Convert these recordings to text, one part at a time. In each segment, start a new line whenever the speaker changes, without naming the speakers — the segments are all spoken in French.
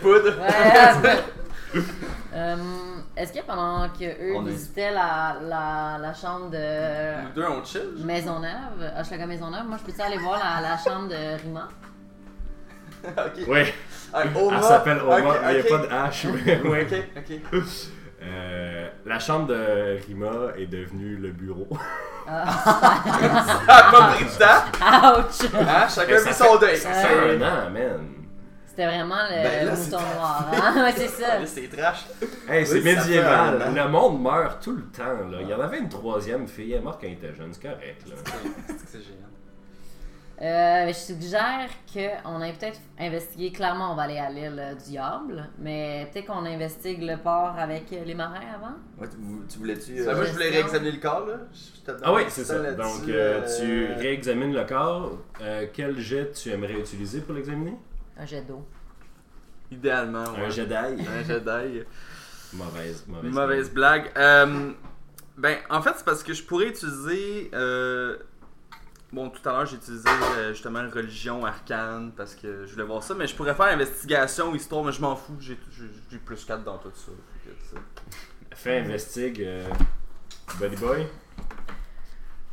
poudre.
Ouais, Euh, Est-ce que pendant que eux
On est-
visitaient la, la, la chambre
Nous
de
deux, on chill.
Maisonneuve, euh, Hochelaga Maisonneuve, moi je peux-tu aller voir la, la chambre de Rima?
ok.
Oui,
Ah, Oma.
elle s'appelle Oma,
Ok,
mais il n'y a
ok.
pas de H. Mais... ouais.
Ok, ok.
Euh, la chambre de Rima est devenue le bureau.
Ah,
Ah, pas pris de temps.
ouch!
Hein?
Mais
Chacun
ça
vit son deuil.
Ça fait un an, man.
C'était vraiment le
Ben là, c'est
mouton
ta-
noir, hein? Ouais, c'est ça.
Là, c'est trash.
Hey, c'est
Oui, ça
médiéval. Ah.
fait un an.
Le monde meurt tout le temps. Là. Il y en avait une troisième fille, elle est morte quand elle était jeune, c'est correct. Là.
C'est génial.
Euh, je suggère qu'on aille peut-être investiguer. Clairement, on va aller à l'île du Diable, mais peut-être qu'on investigue le port avec euh, les marins avant.
Ouais, tu vou- tu voulais-tu.
Ça,
euh,
moi, je voulais réexaminer le corps, là. Je- je te
Ah oui,
demande
c'est ça.
là-dessus,
Donc, euh, tu
euh,
réexamines le corps. Euh, quel jet tu aimerais utiliser pour l'examiner
Un jet d'eau.
Idéalement, ouais.
Un jet d'ail.
Un jet d'ail.
Mauvaise, mauvaise.
Mauvaise blague. Euh, ben, en fait, c'est parce que je pourrais utiliser. euh, bon, tout à l'heure, j'ai utilisé euh, justement religion arcane parce que je voulais voir ça, mais je pourrais faire investigation, histoire, mais je m'en fous. J'ai j'ai- j'ai plus 4 dans tout ça. Fait que, tu sais.
Fais investigue, euh, Buddy Boy.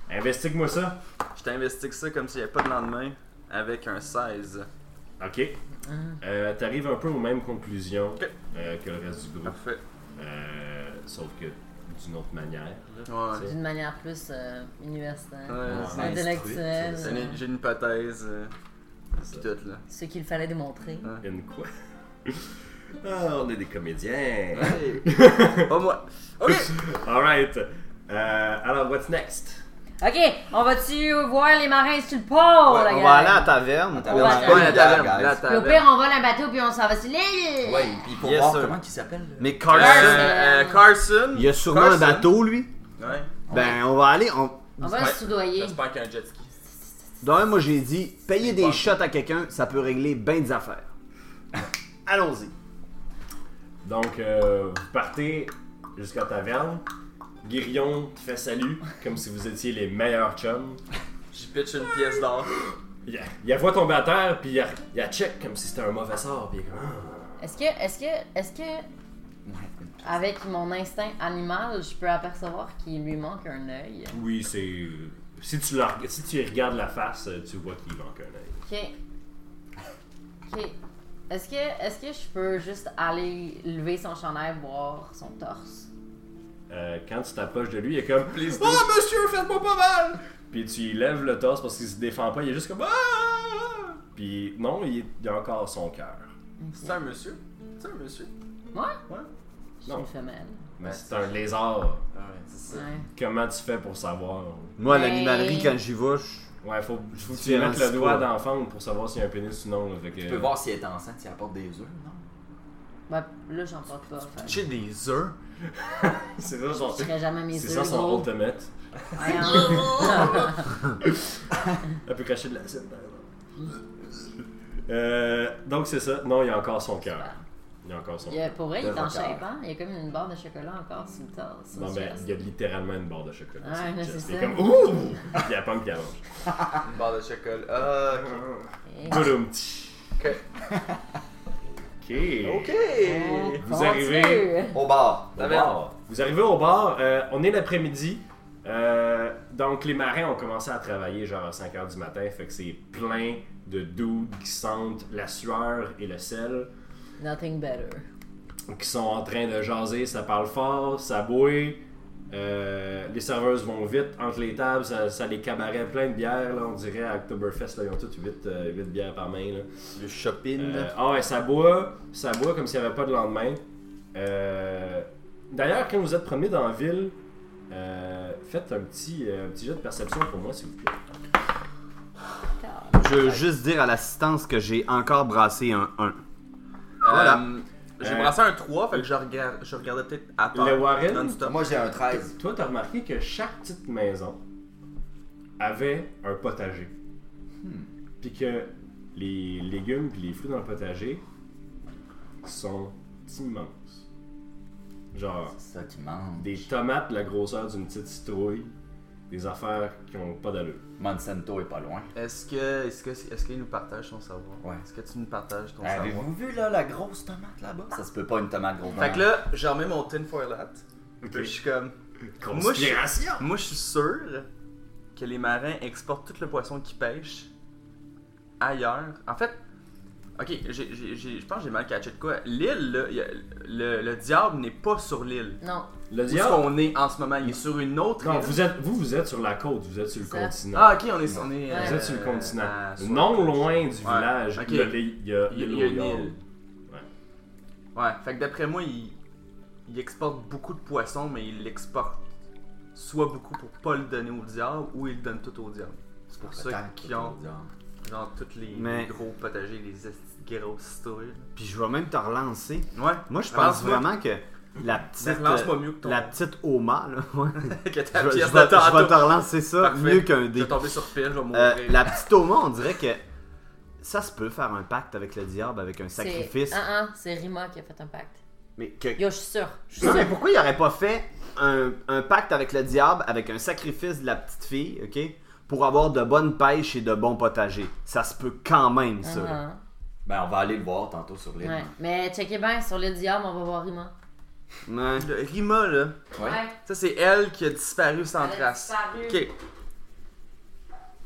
Investigue-moi ça.
Je t'investigue ça comme s'il n'y avait pas de lendemain avec un 16.
Ok. Euh, T'arrives un peu aux mêmes conclusions
Ok.
euh, que le reste du groupe,
Parfait.
Euh, sauf que d'une autre manière.
Ouais.
C'est-
D'une manière plus euh, universitaire,
Ouais,
Euh, c'est
intellectuelle.
J'ai une- J'ai une hypothèse, euh, pis
Ça.
tout là.
Ce qu'il fallait démontrer.
Une quoi Ah, on est des comédiens.
Hey! Pas moi! Ok!
Alright. Euh, alors, what's next?
Ok, on va-tu voir les marins sur le port, la
on
gang?
va aller à la taverne. On
va à la
Ouais, la taverne,
guys.
la
Puis au
Ah,
taverne.
ben.
pire, on vole un bateau puis on s'en va sur l'île.
Ouais, puis pour
Yes,
voir
sir.
comment il s'appelle. là.
Mais Carson.
Euh, euh,
Carson.
Il y a sûrement un
Carson.
bateau, lui.
Ouais.
Ben, on va aller. On...
On va
Ouais.
se soudoyer.
J'espère qu'il y a un jet ski.
D'un, moi, j'ai dit, payer des shots à quelqu'un, ça peut régler bien des affaires. Allons-y.
Donc, euh, vous partez jusqu'à taverne. Guirillon te fait salut, comme si vous étiez les meilleurs chums.
J'y pitch une pièce d'or.
Il, il la voit tomber à terre, puis il, la- il la check comme si c'était un mauvais sort. Puis il est comme, Ah.
Est-ce que, est-ce que, est-ce que, avec mon instinct animal, je peux apercevoir qu'il lui manque un œil?
Oui, c'est. euh, Si tu, la- si tu y regardes la face, euh, tu vois qu'il manque un œil.
Ok. Ok. Est-ce que, est-ce que je peux juste aller lever son chandail, voir son torse?
Euh, quand tu t'approches de lui, il est comme
Please do.
Oh monsieur, faites-moi pas mal Puis tu lui lèves le torse parce qu'il se défend pas, il est juste comme Ah Puis non, il, est- il a encore son cœur.
C'est un monsieur? C'est un monsieur?
Moi?
Ouais.
Je suis
Non.
une femelle.
Mais c'est un lézard.
Ah ouais, c'est ça.
Ouais.
Comment tu fais pour savoir
Moi, à
Mais-
l'animalerie, quand j'y vais, je-
Ouais, faut, faut que tu lui
Différents
mettes le doigt
spots.
d'enfant pour savoir s'il y a un pénis ou non. là, fait que-
Tu peux voir si elle est enceinte, si elle apporte des œufs, non?
Ben, là, j'en porte pas. fait que
J'ai des œufs.
C'est ça son,
Je serai jamais mes
c'est ça
yeux.
son
gros.
ultimate.
Voyons.
Elle peut cracher de la scène. Euh, donc c'est ça. Non, il a encore son cœur. Il a encore son
Il y
cœur.
a- pour vrai, il est en
D'accord.
shape, hein? Il y a comme une barre de chocolat encore sur le torse. sur
Non,
le
ben,
chest.
il y a littéralement une barre de chocolat.
Ouais,
sur le
là,
chest.
Ah, c'est
il est
ça.
comme Ouh! Puis il y a pomme qui allonge.
Une barre de chocolat. Ah, ok.
Et-
Boum, tch.
Ok.
Ok.
Ok!
Oh,
Vous
mon
arrivez.
Dieu.
Au bar.
Au bar. Vous arrivez au bar, euh, on est l'après-midi. euh, donc les marins ont commencé à travailler genre à 5 heures du matin, fait que c'est plein de dudes qui sentent la sueur et le sel,
Nothing better.
qui sont en train de jaser, ça parle fort, ça bouille. euh, les serveuses vont vite entre les tables, ça, ça les cabarets plein de bières, là, on dirait à Oktoberfest, là, ils ont toutes 8, bières par main. là.
Le shopping.
Euh, ah ouais, ça boit, ça boit comme s'il n'y avait pas de lendemain. Euh, D'ailleurs, quand vous êtes promené dans la ville, euh, faites un petit, euh, un petit jet de perception pour moi, s'il vous plaît.
Je veux juste dire à l'assistance que j'ai encore brassé un 1.
Voilà. j'ai
Euh,
brassé un 3, fait que je, regarde, je regardais peut-être à terre.
Le Warren?
Non-stop.
Moi, j'ai un 13.
Toi, t'as remarqué que chaque petite maison avait un potager. Puis que les légumes puis les fruits dans le potager sont immenses. Genre,
C'est ça qui manque.
des tomates de la grosseur d'une petite citrouille, des affaires qui ont pas d'allure.
Monsanto est pas loin.
Est-ce que, est-ce que, est-ce qu'il nous partage son savoir
Ouais.
Est-ce que tu nous partages ton savoir
Avez-vous vu là, la grosse tomate là-bas? Ça se peut pas une tomate grosse
Fait que là, je remets mon tinfoil hat. Puis je suis comme,
Conspiration!
moi je suis sûr que les marins exportent tout le poisson qu'ils pêchent ailleurs. En fait, ok, j'ai- j'ai- j'ai- je pense que j'ai mal catché de quoi. L'île, là, il y a- le, le diable n'est pas sur l'île.
Non.
Le
Où est-ce
diable.
qu'on est en ce moment Il est sur une autre
Non,
île.
vous êtes, vous, vous êtes sur la côte, vous êtes sur le
Ça.
continent.
Ah ok, on est, on est,
Ouais.
Vous
euh,
êtes sur le continent.
à Swordfish.
non loin du village,
ok.
il y a les- il y a,
Il y a- il y a une
Yellow
île. Ouais, fait que d'après moi, il, il exporte beaucoup de poissons, mais il l'exporte soit beaucoup pour pas le donner au diable, ou il le donne tout au diable. C'est pour ça qu'ils ont genre tous les,
Mais-
les gros potagers, les esti de grosses citrouilles.
Puis je vais même te relancer.
Ouais.
Moi, je pense
Relance-moi.
vraiment que la petite,
Relance-moi mieux que ton-
euh, la petite Oma, là, ouais.
que
je,
ta
vais- je
pièce
vais,
de
je vais te
tantôt.
relancer ça
Parfait.
mieux qu'un
Je
dé.
vais tomber sur pile, je vais
Euh,
mourir.
la petite Oma, on dirait que ça se peut faire un pacte avec le diable, avec un
c'est-
sacrifice.
Ah, ah, c'est Rima qui a fait un pacte.
Mais que-
Yo, je suis sûre. Je suis
Non, mais
sûre.
pourquoi il aurait pas fait un, un pacte avec le diable, avec un sacrifice de la petite fille, ok? Pour avoir de bonnes pêches et de bons potagers. Ça se peut quand même, ça. là.
Ah,
Ben, on va aller le voir tantôt sur
ah.
l'île.
Ouais. Mais checkez bien, sur le diable, on va voir Rima.
Ouais.
Le Rima, là,
Ouais.
ça c'est elle qui a disparu sans
Elle a
trace.
disparu.
Ok.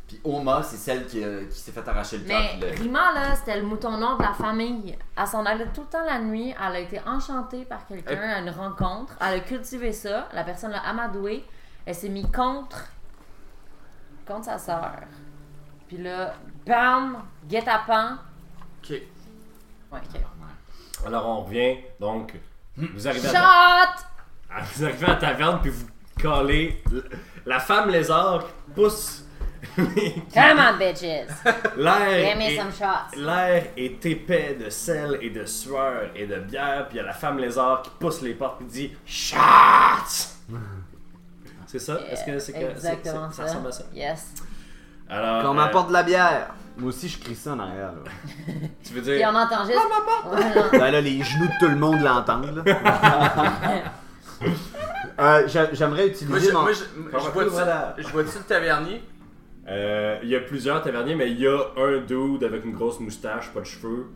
Puis Oma, c'est celle qui, euh, qui s'est fait arracher le cœur.
Mais
puis le-
Rima, là, c'était le mouton noir de la famille. Elle s'en allait tout le temps la nuit. Elle a été enchantée par quelqu'un
Euh.
à une rencontre. Elle a cultivé ça. La personne l'a amadouée. Elle s'est mise contre, contre sa sœur. Puis là, bam, guet-apens.
Ok.
Ouais, ok.
Alors on revient, donc vous arrivez, à,
Shot!
à- vous arrivez à la taverne puis vous collez l- la femme lézard qui pousse.
Come on, bitches! Give
L'air
me some
est,
shots!
l'air est épais de sel et de sueur et de bière, puis il y a la femme lézard qui pousse les portes et dit Shots! C'est ça? Est-ce que c'est que c'est- c'est-
Exactement ça.
ressemble à ça?
Yes.
Alors,
Qu'on
euh,
m'apporte de la bière. Moi aussi, je crie ça en arrière. Là.
tu veux
Et
dire.
on entend juste. Ouais, non.
Ben là, les genoux de tout le monde l'entendent. là. Euh, j'a- J'aimerais
Moi, je,
utiliser mon...
moi, je, je vois-tu
Voilà.
je vois-tu le tavernier
Euh, Il y a plusieurs taverniers, mais il y a un dude avec une grosse moustache, pas de cheveux.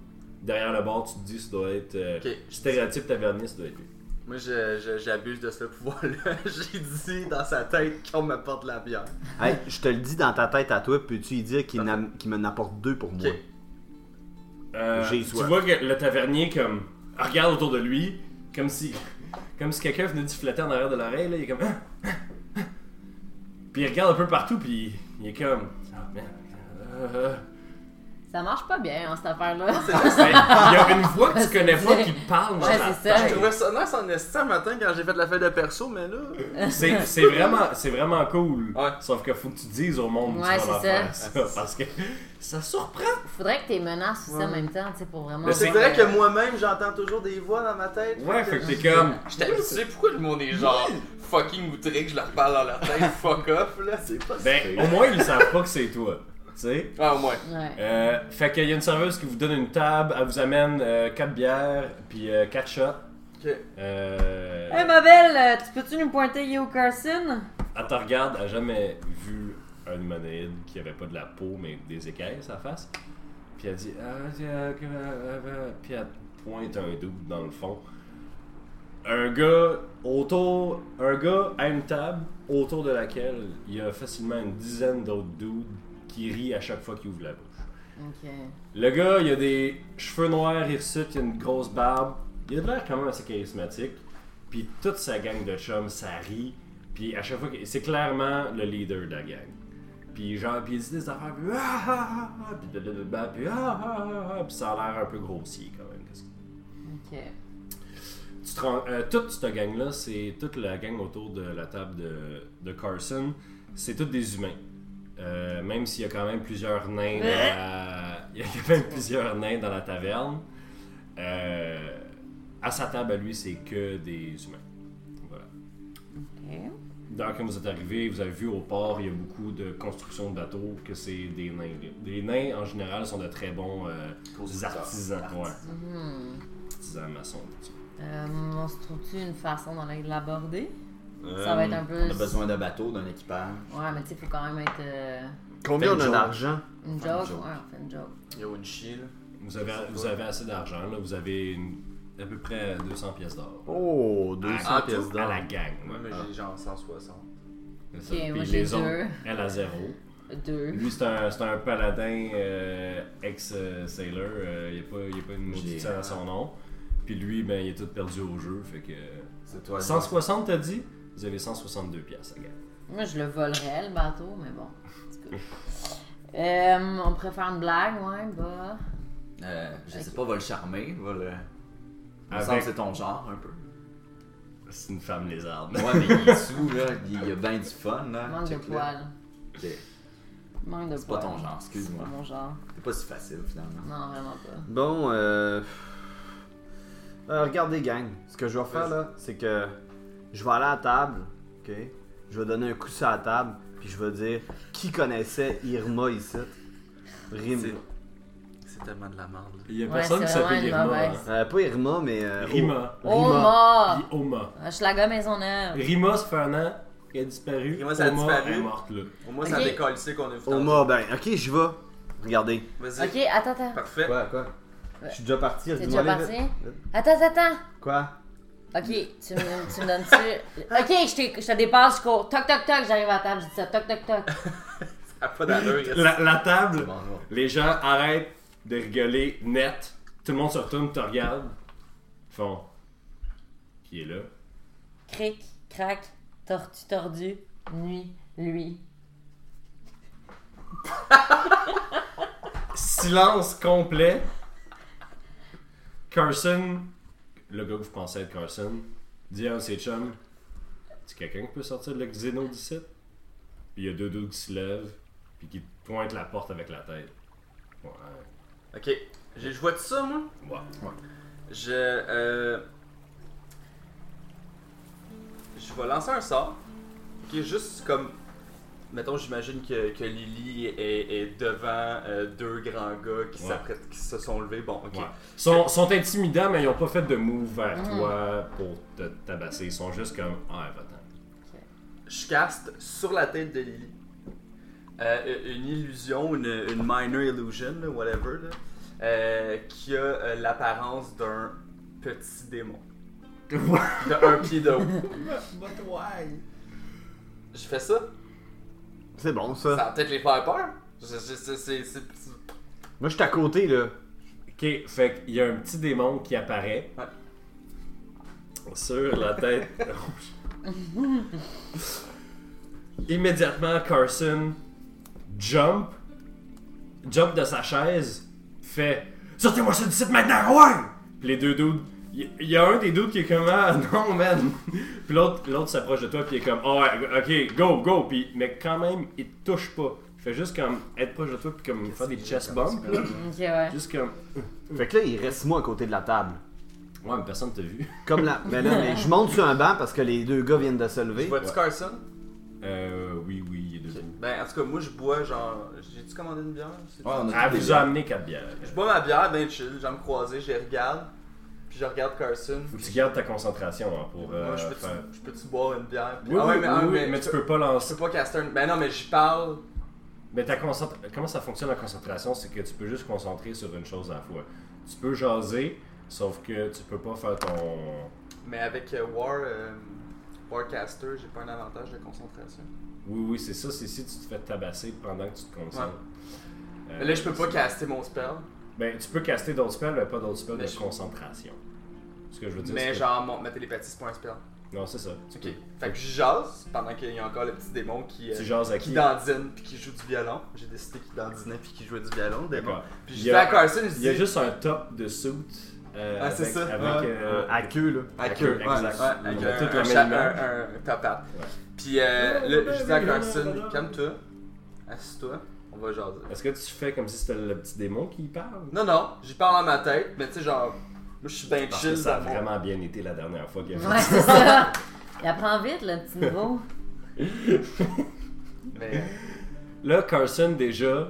Derrière le bord, tu te dis, ça doit être. euh,
Ok.
Stéréotype tavernier, ça doit être lui.
Moi, je- je- j'abuse de ce pouvoir-là. J'ai dit dans sa tête qu'on m'apporte la bière.
Hey, je te le dis dans ta tête à toi, peux-tu y dire qu'il n'am- qu'il m'en apporte deux pour moi?
Ok.
Euh,
J'ai
tu
soif.
vois que le tavernier, comme, regarde autour de lui, comme si, comme si quelqu'un venait de flatter en arrière de l'oreille, là, il est comme. Ah, ah, ah. Puis il regarde un peu partout, puis il est comme. Ah, merde. euh,
Ça marche pas bien, hein, cette affaire-là.
mais il y a une voix que tu connais pas qui parle dans
Ouais,
ta
c'est ça.
Je
tête.
trouvais ça nice en esti un matin quand j'ai fait la fête de perso, mais là.
C'est c'est vraiment, c'est vraiment cool.
Ouais.
Sauf que faut que tu dises au monde que
Ouais,
tu vas
c'est
leur faire
ça.
ça, Parce que ça surprend.
Faudrait que t'es menaces aussi
Ouais.
en même temps, tu sais, pour vraiment.
Mais
C'est vrai que moi-même, j'entends toujours des voix dans ma tête.
Ouais, fait que t'es comme.
J'étais habitué, pourquoi le monde est genre fucking outré que je leur parle dans leur tête, fuck off là, c'est pas
Ben, au moins, ils savent pas que c'est toi. Tu sais?
Ah, au moins.
Ouais.
Euh, fait qu'il y a une serveuse qui vous donne une table, elle vous amène 4 bières, puis 4 shots.
Ok.
Euh,
Hey ma belle, euh, tu peux-tu nous pointer Yo Carson?
elle te regarde, elle a jamais vu un humanoïde qui avait pas de la peau, mais des écailles à sa face. Puis elle dit. Ah, c'est, euh, que- euh, euh, puis elle pointe un doute dans le fond. Un gars autour. Un gars à une table autour de laquelle il y a facilement une dizaine d'autres dudes qui rient à chaque fois qu'il ouvre la bouche.
Ok.
Le gars, il a des cheveux noirs, hirsutes, il a une grosse barbe. Il a de l'air quand même assez charismatique. Puis toute sa gang de chums, ça rit. Puis à chaque fois, que- c'est clairement le leader de la gang. Puis genre, puis il dit des affaires, puis ah ah ah, ah, puis blablabla, puis ah ah ah, ah, puis ça a l'air un peu grossier quand même. qu'est-ce que-
Ok.
tu te rends- euh, toute cette gang-là, c'est toute la gang autour de la table de, de Carson, c'est tous des humains. Euh, même s'il y a quand même plusieurs nains dans la, il y a quand même plusieurs nains dans la taverne, euh, à sa table à lui, c'est que des humains. Voilà.
Ok.
Donc, quand vous êtes arrivé, vous avez vu au port, il y a beaucoup de construction de bateaux, que c'est des nains. Les nains, en général, sont de très bons euh,
Constructeurs.
artisans. ouais.
Hmm.
artisans maçons. tout ça.
Euh, on se trouve-tu une façon d'en- de l'aborder? Ça va être un peu-
On a besoin d'un bateau, d'un équipage.
Ouais, mais tu sais, faut quand même être euh,
Combien
Fait
on
une
a
joke.
d'argent
une
Faire une
joke.
joke.
Ouais, on fait une joke.
Yo, une chill.
Vous avez, vous avez assez d'argent, là. Vous avez une- à peu près 200 pièces d'or.
Oh, 200
Ah, tout?
pièces
À
d'or.
la gang.
Moi, mais
Ah,
j'ai genre 160.
c'est ça.
Ok,
Puis
moi, j'ai
les
deux.
autres, elle a zéro.
Deux.
Lui, c'est un, c'est un paladin euh, ex-sailor. euh, il n'y a, pas- y a pas une
J'ai-
maudite scène à son nom. Puis lui, ben, il est tout perdu au jeu. Fait que.
C'est toi.
160, t'as dit Vous avez 162 pièces, la gang.
Moi, je le volerais, le bateau, mais bon. en tout cas. Euh, on préfère une blague, ouais, bah.
Euh, je sais pas, va le charmer, va le. Il me
Avec-
semble que c'est ton genre un peu.
C'est une femme lézarde.
Ouais, mais il est sous, là, il y a bien du fun, là.
Manque de
Ah, Check, là.
poils.
Ok.
Manque de
C'est pas
poils.
ton genre,
C'est pas
excuse-moi.
mon genre.
C'est pas si facile, finalement.
Non, vraiment pas.
Bon, euh... euh, Regardez, gang. Ce que je vais faire, là, c'est que je vais aller à la table, OK? Je vais donner un coup sur la table, puis je vais dire qui connaissait Irma ici. Rim.
C'est- C'est tellement de la merde.
Il y a
Ouais,
personne
c'est
qui s'appelle
vraiment une
Irma.
mauvaise. Ah.
hein.
Euh, pas Irma, mais... euh,
Rima.
Oh, Rima.
Oma!
Puis Oma.
Je suis la gomme Maisonneuve.
Rima, ça fait un an qu'elle a disparu.
Rima, ça a
Oma
disparu.
est morte, là.
Au moins, ça
Ok.
décolle, c'est qu'on est vu
Oma, ben, OK, je vais. Regardez.
tantôt. Vas-y.
Ok, attends, attends.
Parfait.
Quoi, quoi? Je suis déjà parti.
T'es
dis-moi
déjà
aller
parti?
vite.
Attends, attends.
Quoi?
Ok, tu me, tu me donnes-tu. Ok, je, t'ai- je te dépasse, je cours. Toc, toc, toc, j'arrive à la table, je dis ça. Toc, toc, toc.
Ça a pas d'allure. il reste-
La, la table,
Bon, non.
les gens arrêtent de rigoler net. Tout le monde se retourne, te regarde. Ils Font. Qui est là?
Cric, crac, tortue tordu, nuit, lui.
Silence complet. Carson, le gars que vous pensez être Carson, dit à un de ses chums C'est quelqu'un qui peut sortir de l'oxyno d'ici Puis il y a deux doutes qui se lèvent, puis qui pointent la porte avec la tête. Ouais.
Ok. J'ai- Je vois tout ça, moi.
Ouais.
Je. Euh... Je vais lancer un sort. Ok, juste comme. Mettons, j'imagine que, que Lily est, est devant euh, deux grands gars qui
Ouais.
s'apprêtent, qui se sont levés. Bon, ok.
Ouais. Sont, sont intimidants, mais ils n'ont pas fait de move vers toi pour te tabasser. Ils sont juste comme Ah, va-t'en.
Je caste sur la tête de Lily euh, une illusion, une, une minor illusion, là, whatever, là, euh, qui a euh, l'apparence d'un petit démon. De un pied de haut. Je fais ça.
C'est bon, ça.
Ça va peut-être les faire peur. Je- je- c'est- c'est- c'est-
Moi, je suis à côté, là.
Ok, fait qu'il y a un petit démon qui apparaît sur la tête rouge. Immédiatement, Carson jump, jump de sa chaise, fait Sortez-moi ce site maintenant, ah ouais! Puis les deux dudes, il y, y a un des dudes qui est comme Ah non, man! Puis l'autre l'autre s'approche de toi, puis il est comme Ah ouais, ok, go, go! Puis, mais quand même, il te touche pas. Il fait juste comme être proche de toi, puis comme faire des chest bumps. là.
Ok, ouais.
Juste comme
Fait que là, il reste moi à côté de la table.
Ouais, mais personne t'a vu.
Comme là. Mais là, mais je monte sur un banc parce que les deux gars viennent de se
Je
lever.
vois-tu Carson?
Euh, oui, oui, il est debout.
Ben, en tout cas, moi, je bois genre. J'ai-tu commandé une bière? C'est-
Ouais, on a
Ah,
tous des
vous a
bières.
amené 4 bières.
Je bois ma bière, ben chill, jambes croisées, je les regarde. Puis je regarde Carson.
Faut que tu gardes ta concentration hein, pour euh,
Moi, je peux-tu
faire.
je peux-tu boire une bière? Puis-
Oui,
ah ouais,
oui,
mais,
oui,
ah,
oui,
mais
mais
je
tu
peux-
peux pas
Je
lancer.
peux pas caster une. Ben non, mais j'y parle.
Mais ta concentra- comment ça fonctionne la concentration C'est que tu peux juste concentrer sur une chose à la fois. Tu peux jaser, sauf que tu peux pas faire ton.
Mais avec euh, War. euh, Warcaster, j'ai pas un avantage de concentration.
Oui, oui, c'est ça, c'est si tu te fais tabasser pendant que tu te concentres. Euh,
Mais là, je peux pas
c'est-
caster mon spell.
Ben, tu peux caster d'autres spells, mais pas d'autres spells
Mais
de
je-
concentration. Ce que je veux dire.
Mais
c'est que-
genre, mon- ma télépathie, c'est pas un spell.
Non, c'est ça. Tu,
Ok.
peux-
Fait que je jase pendant qu'il y a encore le petit démon qui. euh,
tu jases à
qui
qui
dandine puis qui joue du violon. J'ai décidé qu'il dandinait puis qu'il jouait du violon, le démon.
D'accord.
Puis
Il
je
y
dis
a-
à Carson, je
Il y a
dis.
juste un top de suit. euh,
Ah, c'est
avec-
ça,
Avec,
ouais.
euh,
À queue, là.
À queue,
Exact.
ouais, ouais, avec
On a
un-
toute
un
la
chat-
même image.
un- un top hat.
Ouais.
Puis euh, là, je dis à Carson, calme-toi, assis-toi, on va jaser.
Est-ce que tu fais comme si c'était le petit démon qui parle
Non, non, j'y parle dans ma tête, mais tu sais, genre, moi je suis bien
Parce que
chill
ça a
dans mon.
vraiment bien été la dernière fois qu'il y
Ouais,
avait
c'est ça. Il apprend vite, le petit nouveau.
Mais
Là, Carson, déjà,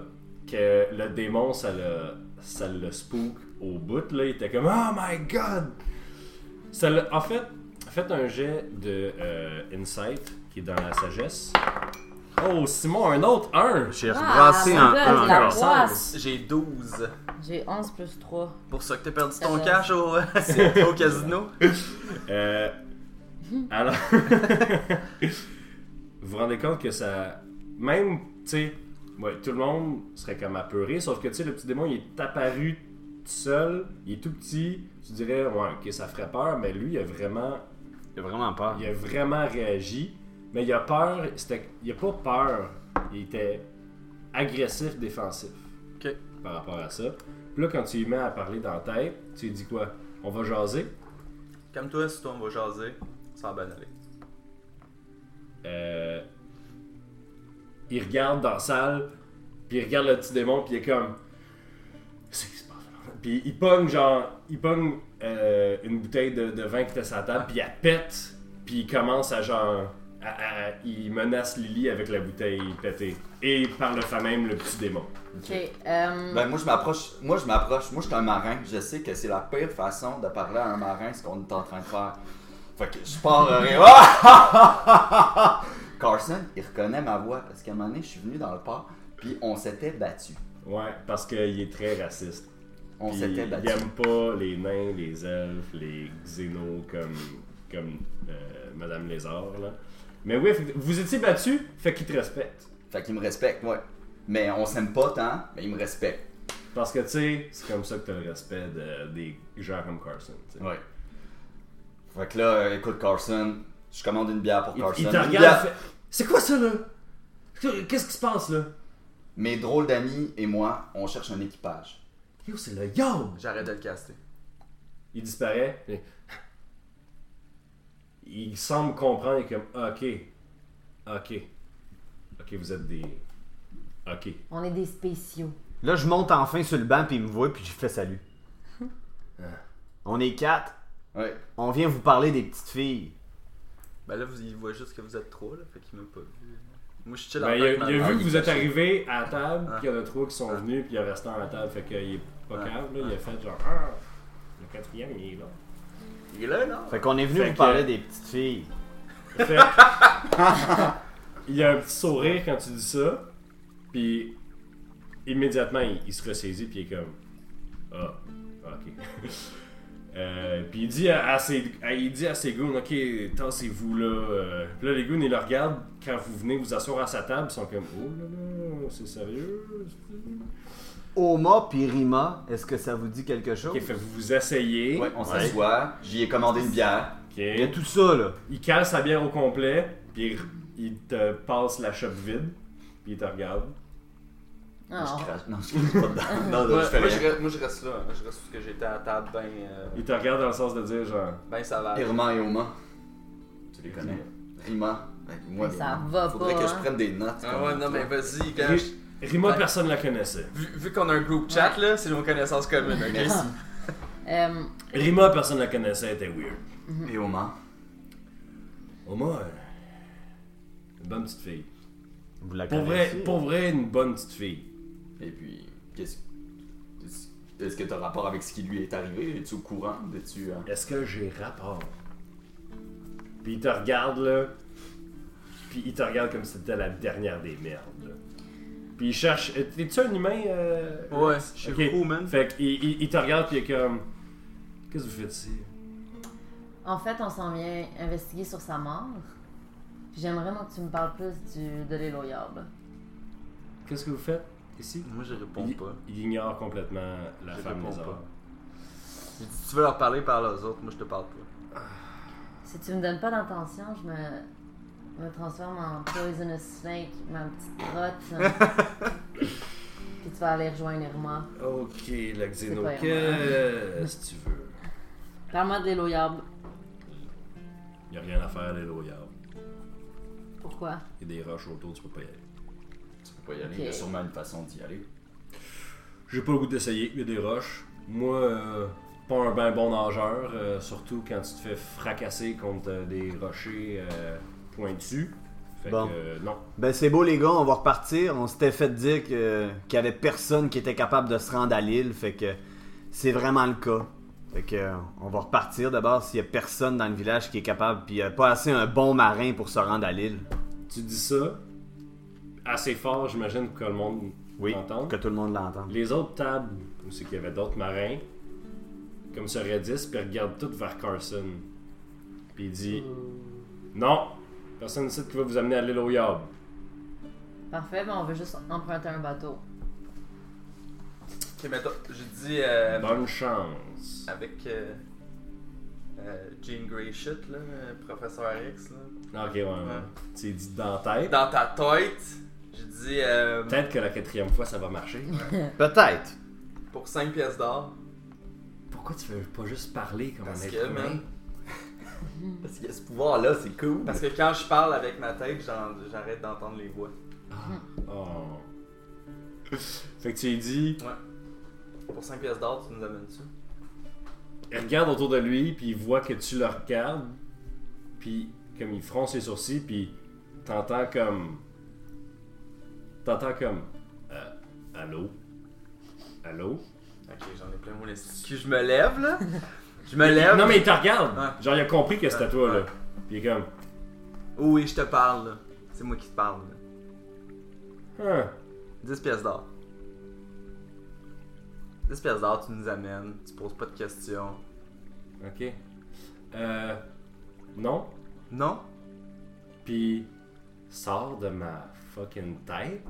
que le démon, ça le, ça le spook au bout, là, il était comme Oh my god! Ça l'a- en fait, faites Faites un jet de euh, Insight, qui est dans la sagesse. Oh, Simon, un autre 1!
J'ai
Ah,
rebrassé
mon
un
gars,
1
la
encore.
brosse.
J'ai 12.
J'ai 11 plus 3.
Pour ça que t'as perdu ton
Ça
cash au, au casino.
Euh, alors, vous vous rendez compte que ça. Même, tu sais, ouais, tout le monde serait comme apeuré, sauf que, tu sais, le petit démon, il est apparu tout seul, il est tout petit. Tu dirais, ouais, ok, ça ferait peur, mais lui, il a vraiment,
J'ai vraiment peur.
il a vraiment réagi. Mais il a peur, c'était, il a pas peur, il était agressif, défensif
Ok.
par rapport à ça. Puis là, quand tu lui mets à parler dans la tête, tu lui dis quoi On va jaser.
Comme toi, si toi on va jaser, ça va bien aller.
Euh, il regarde dans la salle, puis il regarde le petit démon, puis il est comme. C'est qui se passe là? Puis il pogne, genre, il pogne euh, une bouteille de, de vin qui était sur la table, puis il la pète, puis il commence à genre. à- à- il menace Lily avec la bouteille pétée. Et par le fait même, le petit démon.
Ok. euh,
Ben moi je m'approche, moi je m'approche, moi je suis un marin, je sais que c'est la pire façon de parler à un marin ce qu'on est en train de faire. Fait que je pars à rire. Ah! Ah! Ah! Ah! Ah! Carson, il reconnaît ma voix parce qu'à un moment donné, je suis venu dans le parc puis on s'était battu.
Ouais, parce qu'il est très raciste.
On
Puis
s'était
il
battu.
aime pas les nains, les elfes, les xénos comme, comme euh, Madame Lézard. Là. Mais oui, fait que vous étiez battus, fait qu'il te respecte.
Fait qu'il me respecte, ouais. Mais on s'aime pas tant, mais il me respecte.
Parce que tu sais, c'est comme ça que t'as le respect de- des gens comme Carson. tu sais.
Ouais. Fait que là, euh, écoute Carson, je commande une bière pour
Il,
Carson.
il te
Une
regarde,
bière.
il fait, C'est quoi ça là Qu'est-ce qui se passe là
Mes drôles d'amis et moi, on cherche un équipage.
Yo, c'est le yo
J'arrête de le caster.
Il disparaît. et- Il semble comprendre, il est comme Ah, Ok. Ok. Ok, vous êtes des. Ok.
On est des spéciaux.
Là, je monte enfin sur le banc, puis il me voit, puis je fais salut.
Euh.
On est quatre.
Ouais.
On vient vous parler des petites filles.
Ben là, vous, il voit juste que vous êtes trois, là. Fait qu'il m'a pas vu. Moi, je suis chill
Ben, il, a,
en
il a
Ah,
vu que
il
vous
fait
êtes
chaud.
arrivé à la table, puis il y en a trois qui sont
Ah.
venus, puis il y a restant à la table. Fait qu'il est pas
Ah.
calme, là. Il a fait genre, ah, le quatrième, il est là.
Il est là, non?
Fait qu'on est venu
Fait
vous
que-
parler des petites filles.
Fait que- il a un petit sourire quand tu dis ça, puis immédiatement, il, il se ressaisit, puis il est comme, ah, ok. Euh, puis il dit à, à ses, à- il dit à ses goons, ok, tassez-vous là. euh. Puis là, les goons, ils le regardent quand vous venez vous asseoir à sa table, ils sont comme, oh là là, c'est sérieux. c'est-
Oma puis Rima, est-ce que ça vous dit quelque chose?
Ok, fait que vous vous essayez.
Ouais, on s'assoit. J'y ai commandé une bière.
Il y a
Ok.
tout ça, là.
Il cale sa bière au complet, puis il, il te passe la chope vide, puis il te regarde.
Ah,
Je
on-
crache. Non, je crache pas dedans. Non, non,
Moi,
je fais
moi,
rien.
je reste, moi, je reste là. hein. Je reste parce que j'étais à la table, ben, euh,
Il te regarde dans le sens de dire genre.
ben savage.
Irma et Oma. Tu les connais. Rima. Ben, moi,
Ça
Irma.
va
Faudrait
pas,
que je
hein.
prenne des notes.
Ah
comme
ouais, non,
toi.
mais vas-y, quand
Ri-
je-
Rima,
Ouais.
personne la connaissait.
vu, vu qu'on a un groupe chat, là, c'est nos connaissances communes, ok?
Merci.
euh,
Rima, personne la connaissait, elle était weird.
Et Oma.
Au moins, euh, une bonne petite fille.
Vous la
Pour
connaissez.
vrai, pour vrai, une bonne petite fille.
Et puis, qu'est-ce qu'est-ce- Est-ce que t'as rapport avec ce qui lui est arrivé? Es-tu au courant? Es-tu. euh,
Est-ce que j'ai rapport? Puis il te regarde là. Puis il te regarde comme si c'était la dernière des merdes. là. Puis il cherche. euh, T'es-tu un humain? euh,
Ouais, je suis
Ok.
fou, man.
Fait qu'il il, il te regarde puis il est comme. Qu'est-ce que vous faites ici?
en fait, on s'en vient investiguer sur sa mort. Puis j'aimerais moi que tu me parles plus du, de l'Elo Yarb.
Qu'est-ce que vous faites ici?
Moi, je réponds
Il,
pas.
il ignore complètement la
Je
femme
réponds
des
pas.
hommes.
J'ai dit, tu veux leur parler, parle aux autres. Moi, je te parle pas.
Si tu me donnes pas d'intention, je me, me transforme en poisonous snake, ma petite crotte. Puis tu vas aller rejoindre Irma.
Ok, la
C'est
Xeno,
pas
qu'est-ce que tu veux?
Parle-moi de l'Elo Yarb.
Il a rien à faire, les loyards.
Pourquoi?
Il y a des roches autour, tu peux pas y aller.
Tu peux pas y aller. Il y a
Ok.
sûrement une façon d'y aller.
J'ai pas le goût d'essayer, il y a des roches. Moi, euh, pas un ben bon nageur, euh, surtout quand tu te fais fracasser contre euh, des rochers euh, pointus. Fait
Bon.
que, euh, non.
Ben c'est beau les gars, on va repartir. On s'était fait dire que- qu'il y avait personne qui était capable de se rendre à l'île, fait que c'est vraiment le cas. Fait que, euh, on va repartir d'abord s'il y a personne dans le village qui est capable, puis euh, pas assez un bon marin pour se rendre à l'île.
Tu dis ça assez fort, j'imagine, pour que le monde
Oui,
t'entende.
que tout le monde l'entende.
Les autres tables, où c'est qu'il y avait d'autres marins, comme se raidissent, puis regardent tout vers Carson. Puis il dit
Hmm.
Non, personne ici qui va vous amener à l'île au Yob.
Parfait, ben on veut juste emprunter un bateau.
Ok, mettons, j'ai dit euh,
Bonne chance.
avec euh, euh, Jean Grey shit, là, euh, professeur X, là.
Ok, ouais, ouais.
euh, Ouais.
Tu l'as dit dans la tête.
Dans ta tête, j'ai dit euh,
Peut-être que la quatrième fois, ça va marcher.
Peut-être.
pour 5 pièces d'or.
Pourquoi tu veux pas juste parler comme
Parce
un
que,
être humain?
man,
Parce qu'il y a ce pouvoir-là, Oh, c'est cool.
parce que quand je parle avec ma tête, j'en- j'arrête d'entendre les voix.
Oh. Fait que tu lui dis,
Pour 5 pièces d'or, tu nous amènes ça.
il regarde autour de lui, puis il voit que tu le regardes, puis comme il fronce les sourcils, puis t'entends comme. T'entends comme. Euh, allô? Allô?
Ok, j'en ai plein mon estime. Je me lève, là. Je me lève.
Non, mais il te regarde!
Ouais.
Genre, il a compris que c'était
Ouais,
toi, là.
ouais.
Puis il est comme.
Oh oui, je te parle, là. C'est moi qui te parle, là.
Hein,
10 pièces d'or. 10 pièces d'or, tu nous amènes, tu poses pas de questions.
ok. Euh. Non?
Non?
puis sort de ma fucking tête.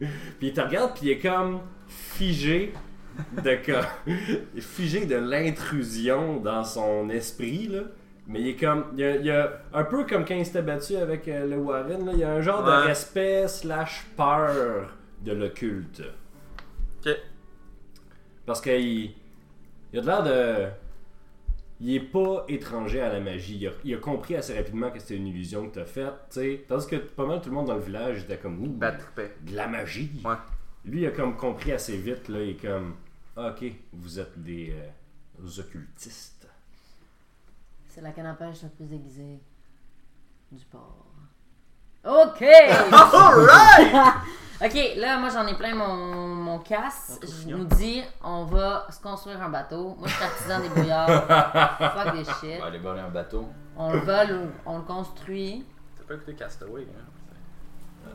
puis il te regarde, puis il est comme figé de co- figé de l'intrusion dans son esprit là. Mais il est comme il y a, il y a- un peu comme quand il s'était battu avec euh, le Warren là, il y a un genre
Ouais.
de respect slash peur de l'occulte.
Ok.
Parce qu'il il a de l'air de il est pas étranger à la magie. Il a, il a compris assez rapidement que c'était une illusion que t'as faite, tu sais. Tandis que pas mal tout le monde dans le village était comme ouh,
Batripé.
de la magie.
Ouais.
Lui, il a comme compris assez vite là, il est comme Ah, ok, vous êtes des euh, occultistes.
C'est la canne à pêche la plus aiguisée du port. Ok! ok, là, moi j'en ai plein mon, mon casse. Je nous dis, on va se construire un bateau. Moi je suis artisan des brouillards. Fuck des
On
shit.
va aller voler un bateau.
On le vole ou on le construit.
T'as pas écouté Castaway, hein?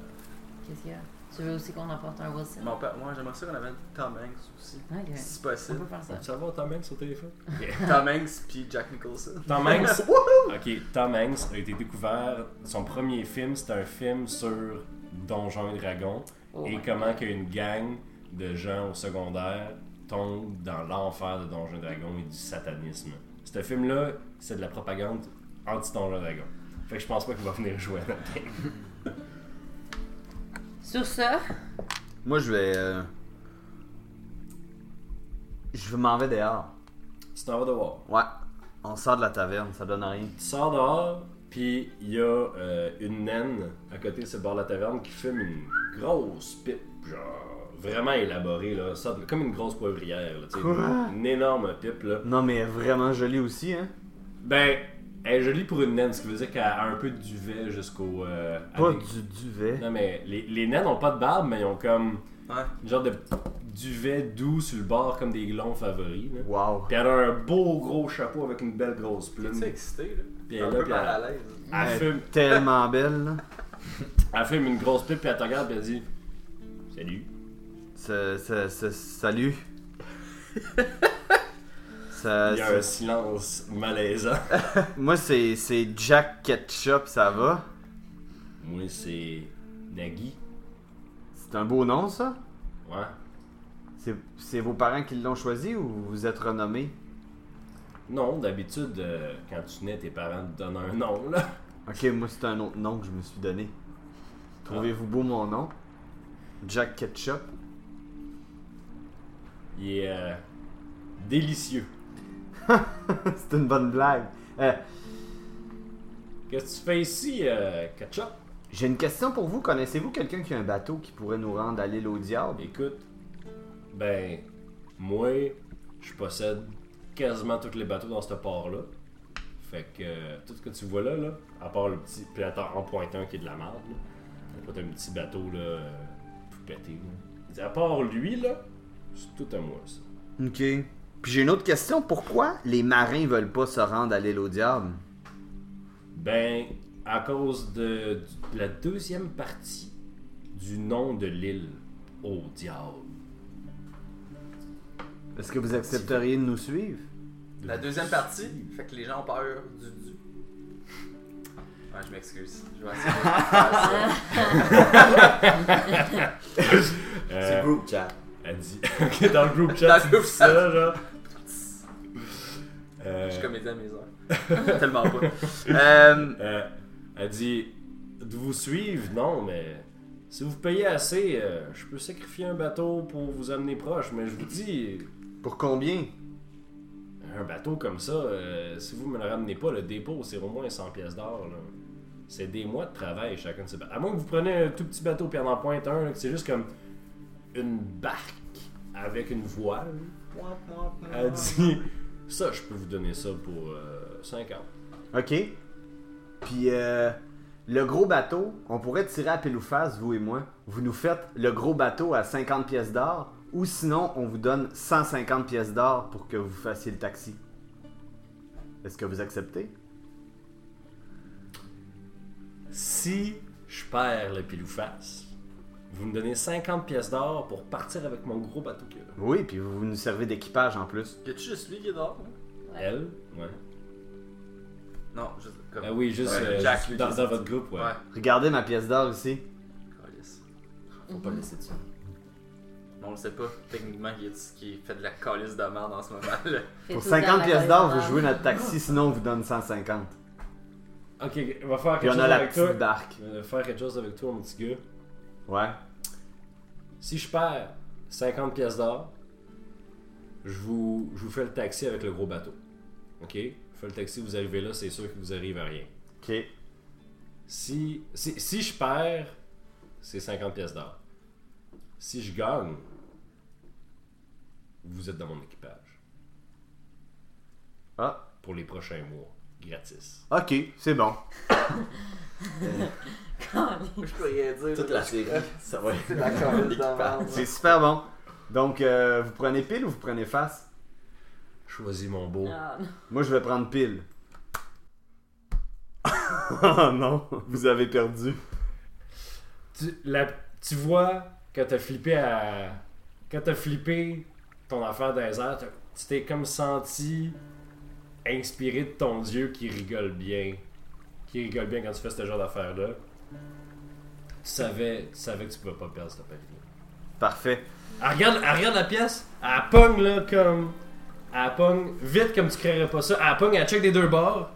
Qu'est-ce qu'il y a? Tu veux aussi qu'on apporte un Wilson?
Mon père, moi j'aimerais ça qu'on amène Tom Hanks aussi.
Ok.
Si
On
possible.
peut faire ça.
Ça va, Tom Hanks au téléphone?
Tom Hanks pis Jack Nicholson.
Tom Hanks. ok, Tom Hanks a été découvert. Son premier film, c'était un film sur Donjons et Dragons
Oh
et
my
comment qu'une gang de gens au secondaire tombe dans l'enfer de Donjons et Dragons et du satanisme. Ce film-là, c'est de la propagande anti-Donjons et Dragons. Fait que je pense pas qu'il va venir jouer à la game.
Sur ça,
Moi, je vais. euh, Je m'en vais dehors.
Tu t'en vas dehors.
Ouais. On sort de la taverne, ça donne rien.
Tu sors dehors, puis il y a euh, une naine à côté de ce bord de la taverne qui fume une grosse pipe, genre vraiment élaborée, là, ça, comme une grosse poivrière, là, tu sais, une, une énorme pipe. Là.
Non, mais elle est vraiment jolie aussi, hein.
Ben, elle est jolie pour une naine, ce qui veut dire qu'elle a un peu de duvet jusqu'au. euh, à
Pas
des-
du duvet.
Non, mais les, les naines ont pas de barbe, mais ils ont comme
Ouais.
une genre de duvet doux sur le bord, comme des glons favoris. Là.
Wow.
Puis elle a un beau gros chapeau avec une belle grosse plume.
T'es-tu excité, là?
Puis
T'es un
là,
peu
puis
mal
elle,
à l'aise.
elle
Elle est
fume,
tellement belle, là.
Elle filme une grosse pipe, puis elle te regarde, puis elle dit Salut.
Ce- ce- ce- salut. Ça-
Il y a un
ça-
silence malaisant.
moi, c'est, c'est Jack Ketchup, ça va.
Moi, c'est Nagui.
C'est un beau nom, ça.
Ouais.
C'est, c'est vos parents qui l'ont choisi ou vous êtes renommé
Non, d'habitude, euh, quand tu nais, tes parents te donnent un nom, là.
Ok, moi, c'est un autre nom que je me suis donné. Trouvez-vous beau mon nom Jack Ketchup.
Il est euh, délicieux.
c'est une bonne blague. Euh,
Qu'est-ce que tu fais ici, euh, Ketchup
J'ai une question pour vous. Connaissez-vous quelqu'un qui a un bateau qui pourrait nous rendre à l'île au diable?
Écoute, ben, moi, je possède quasiment tous les bateaux dans ce port-là. Fait que euh, tout ce que tu vois là, là, à part le petit. Puis attends, en pointant qui est de la merde, là. T'as pas un petit bateau, là, euh, tout pété, là. Il dit, À part lui, là, c'est tout à moi, ça.
Ok. Puis j'ai une autre question. Pourquoi les marins veulent pas se rendre à l'île au diable?
Ben, à cause de, du- la deuxième partie du nom de l'île. Oh diable.
Est-ce que vous accepteriez de nous suivre?
La deuxième partie, fait que les gens ont peur du du. Ouais, je m'excuse. Je vais essayer de faire ça.
C'est
Euh,
group chat.
elle dit. Ok, dans le groupe chat,
Dans
tu
le
dis
groupe
ça,
chat.
genre.
Je suis
Euh,
comédien à mes heures. Tellement pas. Euh,
euh, elle dit de vous suivre, non, mais si vous payez assez, euh, je peux sacrifier un bateau pour vous amener proche, mais je vous dis,
Pour combien?
Un bateau comme ça, euh, si vous me le ramenez pas, le dépôt, c'est au moins 100 pièces d'or. là. C'est des mois de travail chacun de ces bateaux. À moins que vous preniez un tout petit bateau puis en en pointe un, là, que c'est juste comme une barque avec une voile. Elle dit Ça, je peux vous donner ça pour euh, 50.
OK. Puis euh, le gros bateau, on pourrait tirer à pile ou face, vous et moi. Vous nous faites le gros bateau à 50 pièces d'or, ou sinon on vous donne 150 pièces d'or pour que vous fassiez le taxi. Est-ce que vous acceptez?
Si je perds le pile ou face, vous me donnez 50 pièces d'or pour partir avec mon gros bateau qu'il y a là.
Oui, puis vous nous servez d'équipage en plus.
y a-tu juste lui qui est dehors là?
Elle Ouais.
Non, juste comme.
Ah oui, juste
Ouais,
euh,
Jack,
juste
lui,
dans,
qui-
dans votre groupe,
Ouais.
ouais.
Regardez ma pièce d'or ici.
Calisse.
Faut
Mhm.
pas le laisser dessus.
On le sait pas, techniquement, qui, est, qui fait de la calice de merde en ce moment. là.
Fais
Pour
tout dans
50
la
pièces d'or, vous
collection.
jouez notre taxi, sinon on vous donne 150.
Ok, on va faire quelque
Puis on
chose
a la
avec toi.
petite barque.
Je vais faire quelque chose avec toi, mon petit gars.
Ouais.
Si je perds 50 pièces d'or, je vous, je vous fais le taxi avec le gros bateau. Ok? Je fais le taxi, vous arrivez là, c'est sûr que vous arrivez à rien.
OK.
Si, si, si je perds, c'est 50 pièces d'or. Si je gagne, vous êtes dans mon équipage
Ah.
pour les prochains mois, gratis.
OK, c'est bon.
Oh,
Je peux rien dire.
Toute la série, ça va être
la calice de merde.
C'est super bon. Donc, euh, vous prenez pile ou vous prenez face?
Choisis mon beau.
Ah, non.
Moi, je vais prendre pile. oh non, vous avez perdu.
tu, la- tu vois, quand t'as flippé à. Quand t'as flippé ton affaire dans les airs, t'as- tu t'es comme senti inspiré de ton Dieu qui rigole bien. Qui rigole bien quand tu fais ce genre d'affaire-là. Tu savais, tu savais que tu pouvais pas perdre cette pari
Parfait.
Elle regarde, elle regarde la pièce, elle pogne là comme. Elle pogne vite comme tu créerais pas ça. Elle pogne, elle check des deux bords.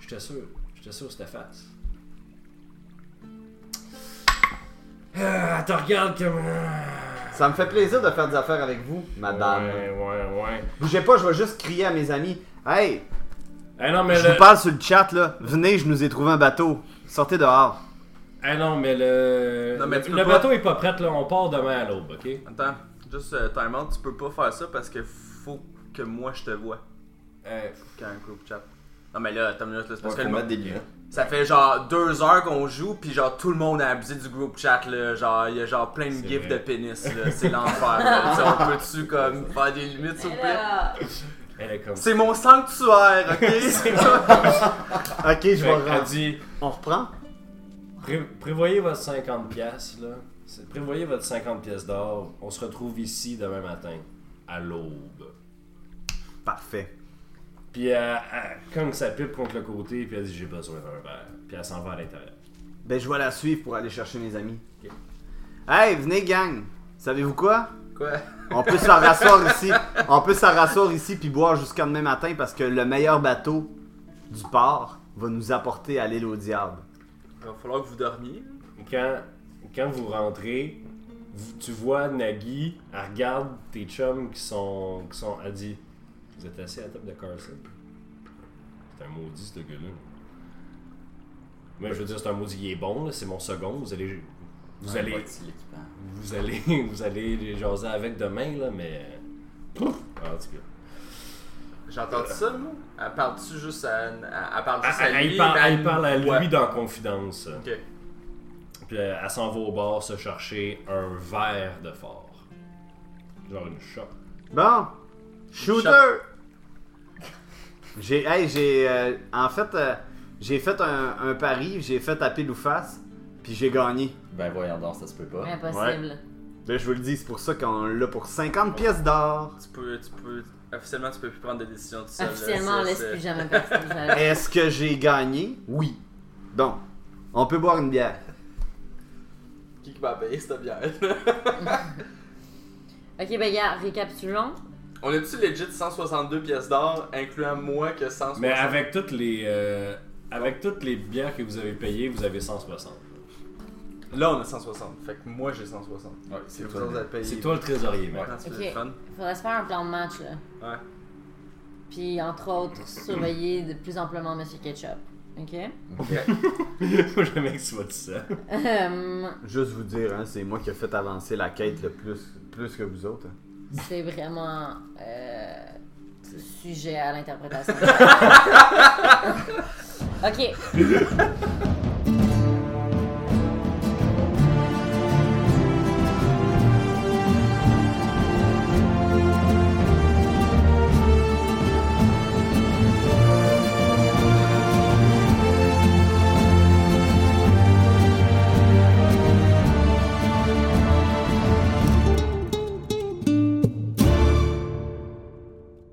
Je t'assure, je t'assure, c'était face. Ah, elle te regarde comme. ah.
Ça me fait plaisir de faire des affaires avec vous, madame.
Ouais, ouais, ouais.
Bougez pas, je vais juste crier à mes amis. Hey,
Eh non, mais
je
le.
vous parle sur le chat là. Venez, je nous ai trouvé un bateau. Sortez dehors.
Eh non, mais le.
Non, mais tu
le
peux pas-
bateau est pas prêt là, on part demain à l'aube, ok?
Attends, juste euh, time out, tu peux pas faire ça parce que faut que moi je te vois
Euh,
quand un groupe chat. Non mais là, attends une minute, là, c'est parce
Parce
que
qu'on
le
mettre
monde-
des lunettes.
ça fait genre deux heures qu'on joue, puis genre tout le monde a abusé du groupe chat là, genre il y a genre plein de
C'est
gifs
vrai.
de pénis là, c'est l'enfer. là. Tu sais, on peut-tu comme faire des limites s'il vous plaît
Là,
elle est comme.
C'est mon sanctuaire, ok
Ok, je
Fait
vais.
qu'elle dit.
On reprend.
Pré- prévoyez votre 50 pièces là. C'est- Prévoyez votre 50 pièces d'or. On se retrouve ici demain matin à l'aube.
Parfait.
Puis euh, elle, elle cogne sa pipe contre le côté puis elle dit j'ai besoin d'un verre. Puis elle s'en va à l'intérieur.
Ben, je vais la suivre pour aller chercher mes amis.
Ok.
Hey, venez gang. Savez-vous quoi?
Quoi
On peut s'en rasseoir ici. On peut s'en rasseoir ici puis boire jusqu'à demain matin parce que le meilleur bateau du port va nous apporter à l'île au diable.
Il va falloir que vous dormiez.
Quand, quand vous rentrez, vous- tu vois Nagui, elle regarde tes chums qui sont. Qui sont elle dit Vous êtes assis à la table de Carson. C'est un maudit ce gars-là. Mais je veux dire, c'est un maudit, il est bon, là, c'est mon second. Vous allez. Vous
Ouais,
allez.
bâti l'équipage.
vous allez vous allez les jaser avec demain là mais Pouf! en tout cas
J'entends
Euh.
ça, moi? Elle parle-tu juste à. Elle Ah, elle parle juste à,
elle, elle
lui?
parle,
mais
elle parle à lui
Ouais.
dans confidence
Ok.
puis euh, elle s'en va au bar se chercher un verre de fort Genre une shop.
Bon, shooter. J'ai, hey, j'ai, euh, en fait, euh, j'ai fait un, un pari, j'ai fait à pile ou face, puis j'ai gagné.
Ben voyons donc, ça se peut pas.
Impossible.
Là, je vous le dis, c'est pour ça qu'on l'a pour 50 pièces d'or.
Tu peux, tu peux, officiellement, tu peux plus prendre de décisions tout seul. là.
Officiellement, on
C'est-
laisse
c'est-
plus jamais personne. j'allais-
Est-ce que j'ai gagné Oui. Donc, on peut boire une bière.
Qui qui va payer cette bière?
Ok, ben, gars, récapitulons.
On a-tu legit 162 pièces d'or, incluant moi que 160?
Mais avec toutes les euh, avec toutes les bières que vous avez payées, vous avez 160.
Là, on a 160. Fait que moi, j'ai 160.
Ouais,
C'est
c'est
vous
toi.
autres à payer.
C'est toi le trésorier, mec.
Ouais, c'est
Ok.
le fun.
Faudrait se faire un plan de match, là.
Ouais.
Puis, entre autres, surveiller de plus amplement Monsieur Ketchup. Ok?
Moi, j'aime que tu m'as dit ça.
Euh,
Juste vous dire, hein, c'est moi qui ai fait avancer la quête le plus, plus que vous autres. hein.
c'est vraiment euh, sujet à l'interprétation. ok.